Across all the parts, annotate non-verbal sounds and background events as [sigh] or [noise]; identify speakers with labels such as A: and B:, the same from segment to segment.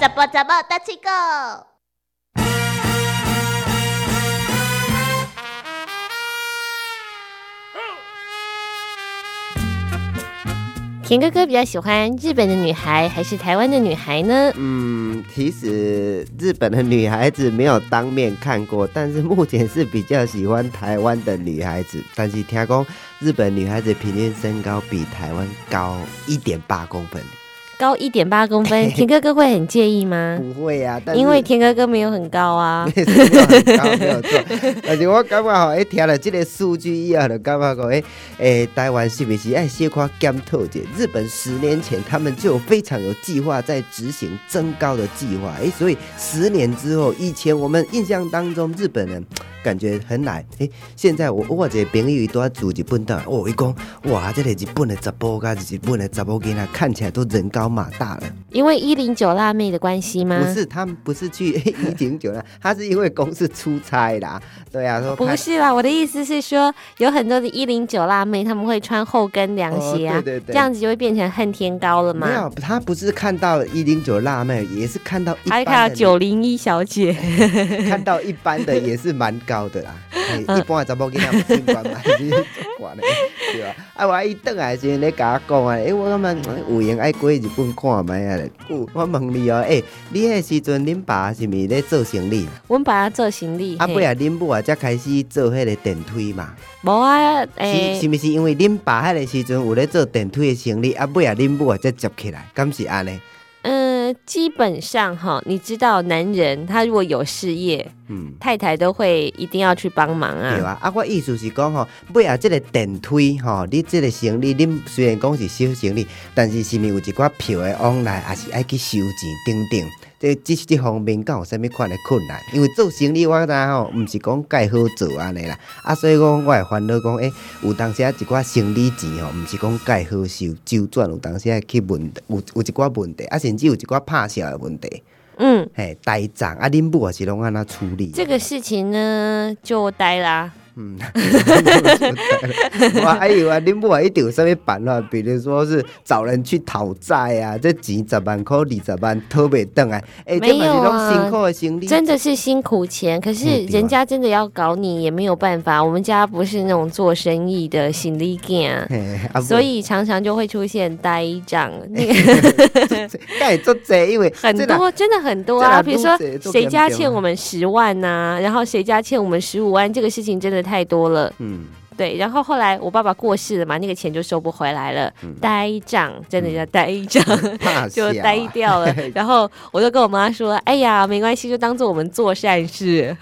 A: 잡아 잡아 따치고
B: 田哥哥比较喜欢日本的女孩还是台湾的女孩呢？
C: 嗯，其实日本的女孩子没有当面看过，但是目前是比较喜欢台湾的女孩子。但是听讲，日本女孩子平均身高比台湾高一点八公分，
B: 高一点八公
C: [laughs]
B: 分，田哥哥会很介意吗？
C: 不会呀、但
B: 嗯
C: 是。
B: 因为田哥哥没有很高啊
C: [laughs] 身高很高没有错，但是我感觉吼，一听了这个数据以后，就感觉讲，诶、诶、台湾是不是爱小可检讨一下？日本十年前他们就非常有计划在执行增高的计划，诶、所以十年之后，以前我们印象当中日本人。感觉很奶，诶、现在我我有一个朋友伊在住日本岛，哦，伊讲哇，这个日本的查甫甲日本的查某囡仔看起来都人高马大了。
B: 因为一零九辣妹的关系吗？
C: 不，是，他们不是去 [laughs] 一零九啦，他是因为公司出差啦。对啊，说
B: 不
C: 看
B: 是啦，我的意思是说，有很多的一零九辣妹，她们会穿后跟凉鞋啊，
C: 哦对对对
B: 这样子就会变成恨天高了嘛
C: 没。有，他不是看到一零九辣妹，也是看到一
B: 还
C: 般
B: 看
C: 的
B: 到九零一小姐，
C: 看到一般的也是蛮高
B: [laughs]
C: 的啦。嘿
B: 嗯
C: 一般的查某囡仔不是管嘛，是管的， [laughs] 对吧？啊，我伊转来的时阵咧甲我讲啊，诶、我感觉嗯有闲爱过日本看卖啊咧。有我问你哦、诶、你迄时阵恁爸是毋是咧做生理？
B: 我们把它做行李。
C: 啊，
B: 嘿
C: 不然恁母啊才开始做迄个电梯嘛。
B: 无啊，
C: 是
B: 诶、
C: 是毋是因为恁爸迄个时阵有咧做电梯的生理，啊尾啊恁母啊才接起来，敢是安尼？
B: 嗯，基本上哈，你知道，男人他如果有事业，
C: 嗯，
B: 太太都会一定要去帮忙
C: 对
B: 啊。
C: 啊。啊，我意思是讲吼，尾啊即个电梯吼，你即个生理，恁虽然讲是小生理，但是是毋是有一寡票的往来，也是爱去收钱等等。这即即方面，敢有啥物款的困难？因为做生理，我知吼，毋是讲介好做安尼啦。啊，所以讲我会烦恼讲，诶、有当时啊一寡生理钱吼，毋是讲介好收周转，有当时啊去问有有一寡问题，啊甚至有一寡拍销的问题，
B: 嗯，
C: 嘿，呆账啊，恁母也是拢安那处理。
B: 这个事情呢，就呆啦。
C: 嗯，我还以为恁母啊一定有啥物办法，比如说是找人去讨债啊，这钱十万块、二十万讨袂转来，诶、这嘛是拢辛苦的生理。
B: 啊真的是辛苦钱，可是
C: 啊嗯对啊
B: 人家真的要搞你也没有办法。我们家不是那种做生意的行李干，
C: 嘿
B: [laughs]
C: 啊
B: 所以常常就会出现呆账。
C: [laughs]
B: 那个
C: 该做这，因为
B: 很
C: 这啦
B: 多，真的很多
C: 这
B: 啊。
C: 哪
B: 比如说
C: 都是做
B: 谁家
C: 扁扁
B: 欠
C: 嘛
B: 我们十万呐、然后谁家欠我们十五万，这个事情真的太多了。
C: 嗯，
B: 对，然后后来我爸爸过世了嘛，那个钱就收不回来了，
C: 嗯
B: 呆账，真的叫呆账，
C: 怕死
B: 就
C: 啊
B: 呆掉
C: [laughs]
B: 了。然后我就跟我妈说：“哎呀，没关系，就当做我们做善事。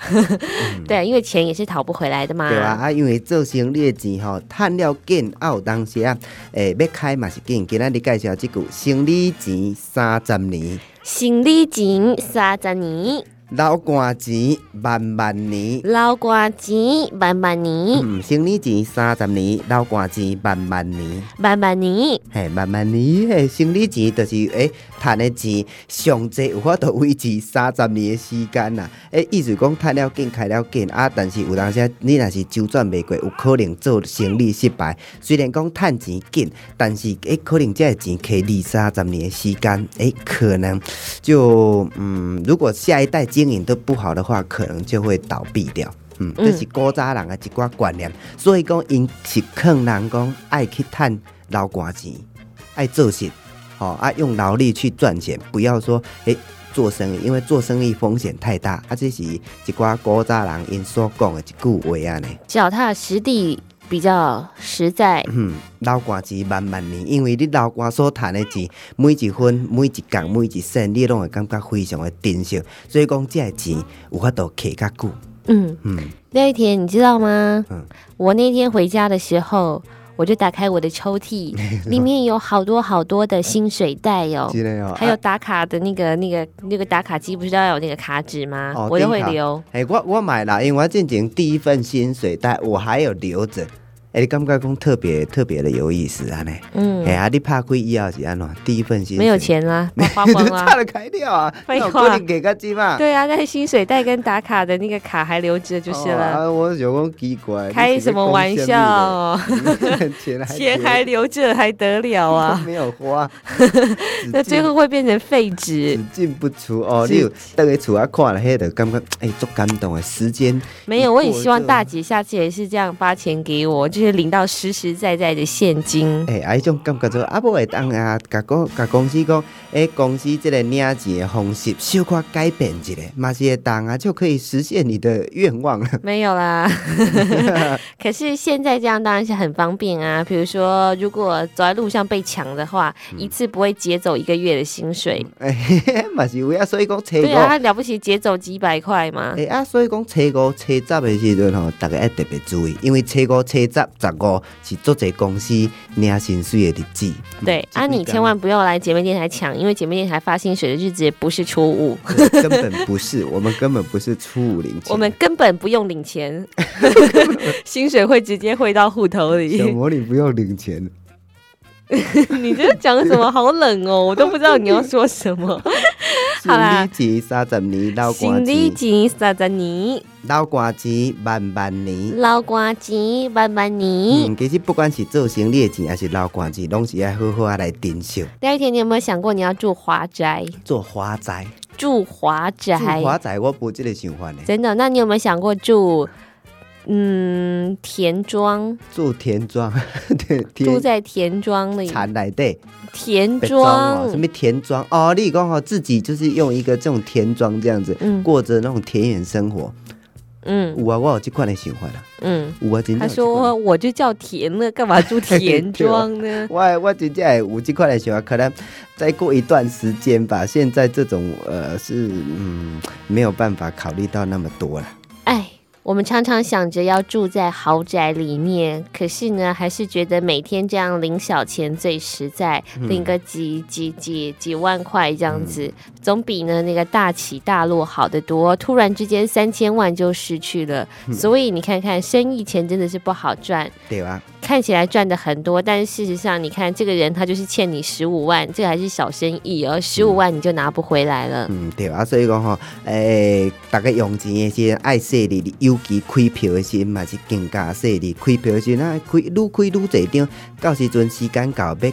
B: 对，啊因为钱也是讨不回来的嘛。
C: 嗯对啊，啊，因为做生意的钱吼，趁了紧，啊有当时啊，诶、要开嘛是紧。今仔日介绍即句，生理钱三十年，
B: 行李紧，撒着你，
C: 老倌钱万万年。
B: 老瓜紧，慢慢你，
C: 嗯，生理钱三十年，老倌钱万万年。
B: 慢慢你。
C: 嘿，慢慢年嘿，生理钱就是诶，趁、的钱上济有法度维持三十年的时间啦。诶、意思讲趁了紧，开了紧啊，但是有当时你若是周转袂过，有可能做生理失败。虽然讲趁钱紧，但是诶、可能这个钱摕二三十年的时间，诶、可能就嗯，如果下一代经营都不好的话，可能就会倒闭掉。嗯，这是古早人的一寡观念，所以讲因是劝人讲爱去趁老倌钱。爱做事，哦啊，用劳力去赚钱，不要说诶、做生意，因为做生意风险太大，啊，这是一寡古早人因所讲的一句话啊呢。
B: 脚踏实地比较实在，
C: 嗯，老倌钱万万年，因为你老倌所赚的钱，每一分、每一工、每一仙，你拢会感觉非常的珍惜，所以讲这个钱有法度摕较久。
B: 嗯。
C: 嗯，
B: 廖一田，你知道吗？
C: 嗯
B: 我那天回家的时候，我就打开我的抽
C: [laughs]
B: 屉，里面有好多好多的薪水袋哦，
C: 真的哦
B: 还有打卡的那个、那个、那个打卡机，不是都要有那个卡纸吗？
C: 哦
B: 我都会
C: 顶卡
B: 留。
C: 哎、我我买啦，因为我进前第一份薪水袋我还有留着，哎、你感觉讲特别特别的有意思啊呢？哎、
B: 嗯，
C: 啊，你拍开以后是安怎样？第一份薪水
B: 没有，钱
C: [laughs]
B: 啦，花
C: 就
B: 光
C: 差
B: 啦。
C: 了开掉啊！
B: [laughs] 废
C: 那有
B: 话
C: 可能给个鸡嘛？
B: 对啊，但是薪水袋跟打卡的那个卡还留着就是
C: 哦
B: 了，
C: [laughs] 啊、我有讲奇怪，
B: 开什么玩笑哦？
C: 你是在讲什么呢？ [laughs] 钱还
B: 钱还留着还得了
C: 都 [laughs]
B: 啊？
C: 没有
B: [laughs]
C: 花，只
B: 那最
C: 进
B: 后会变成废纸
C: 只。进不出哦。
B: 只
C: 你有大家厝啊看了，迄就感觉哎，足感动的时间
B: 没有，我也
C: 过
B: 希望
C: 就
B: 大姐下次也是这样把钱给我，就是领到实实在在的现
C: [laughs]
B: 金。
C: 哎，啊，迄种感觉就啊，无会当啊，甲公甲公司讲，哎，公司这个领钱的方式小可改变一下，嘛是会当啊，就可以实现你的愿望 [laughs] 了。
B: 没有啦，可是现在这样当然是很方便啊。比如说，如果走在路上被抢的话，一次不会劫走一个月的薪水。
C: 哎， [laughs] 嘿嘿嘛是有啊，所以讲初
B: 对啊，
C: 五，
B: 他了不起劫走几百块嘛。
C: 哎啊，所以讲初五、初十的时阵吼，大家要特别注意，因为初五、初十、十五是做者公司领薪水的日子。
B: 对啊，你千万不要来姐妹电台抢，因为姐妹电台发薪水的日子也不是初五，
C: 对根本不是，我们根本不是初五零钱，
B: 我们根本不用领钱，薪水会直接汇到户头里。
C: [laughs] 小魔女不用零钱。
B: 你这讲什么？好冷哦，我都不知道你要说什么。 [laughs] 好啦
C: 新历钱三十年， [laughs] 老
B: 行
C: 官
B: 李钱
C: 钱，
B: 三十年，
C: 老官钱万万年。
B: 老瓜钱万万年。
C: 嗯，其实不管是做生意的钱还是老官钱，拢是要好好啊来珍惜。
B: 廖一田，你有没有想过你要住华宅？
C: 做花仔，
B: 住华宅，
C: 做花仔，我无这个想法呢。
B: 真的？那你有没有想过住？嗯，田庄
C: 做田庄， [laughs] 田
B: 住
C: 田
B: 在田庄里，
C: 田内底，
B: 田
C: 别装哦，什
B: 庄
C: 么田庄哦，你讲哦，自己就是用一个这种田庄这样子，
B: 嗯
C: 过着那种田园生活。
B: 嗯
C: 有啊，我有这款的想法啦，
B: 嗯，
C: 有啊，真
B: 他
C: 的有 [laughs] 这款
B: 说我就叫田了，干嘛住田庄呢？
C: 我我真正会有这款的想法，可能再过一段时间吧。现在这种呃是嗯没有办法考虑到那么多了。
B: 哎，我们常常想着要住在豪宅里面，可是呢，还是觉得每天这样领小钱最实在，领个几几几几万块这样子，总比呢那个大起大落好得多。突然之间三千万就失去了，所以你看看，生意钱真的是不好赚。
C: 对吧？
B: 看起来赚的很多，但是事实上，你看这个人他就是欠你十五万，这个还是小生意哦，十五万你就拿不回来了。
C: 嗯，对啊，所以讲吼，诶、大家用钱的时阵爱细腻，你尤其开票的时阵嘛是更加细腻。开票的时阵，啊，开愈开愈侪张，到时阵时间到要还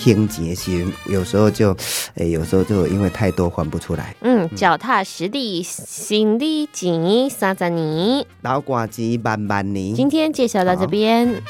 C: 钱的时阵，有时候就，诶、有时候就因为太多还不出来。
B: 嗯，脚踏实地，行李紧，三十年。
C: 老瓜钱万万年。
B: 今天介绍到这边。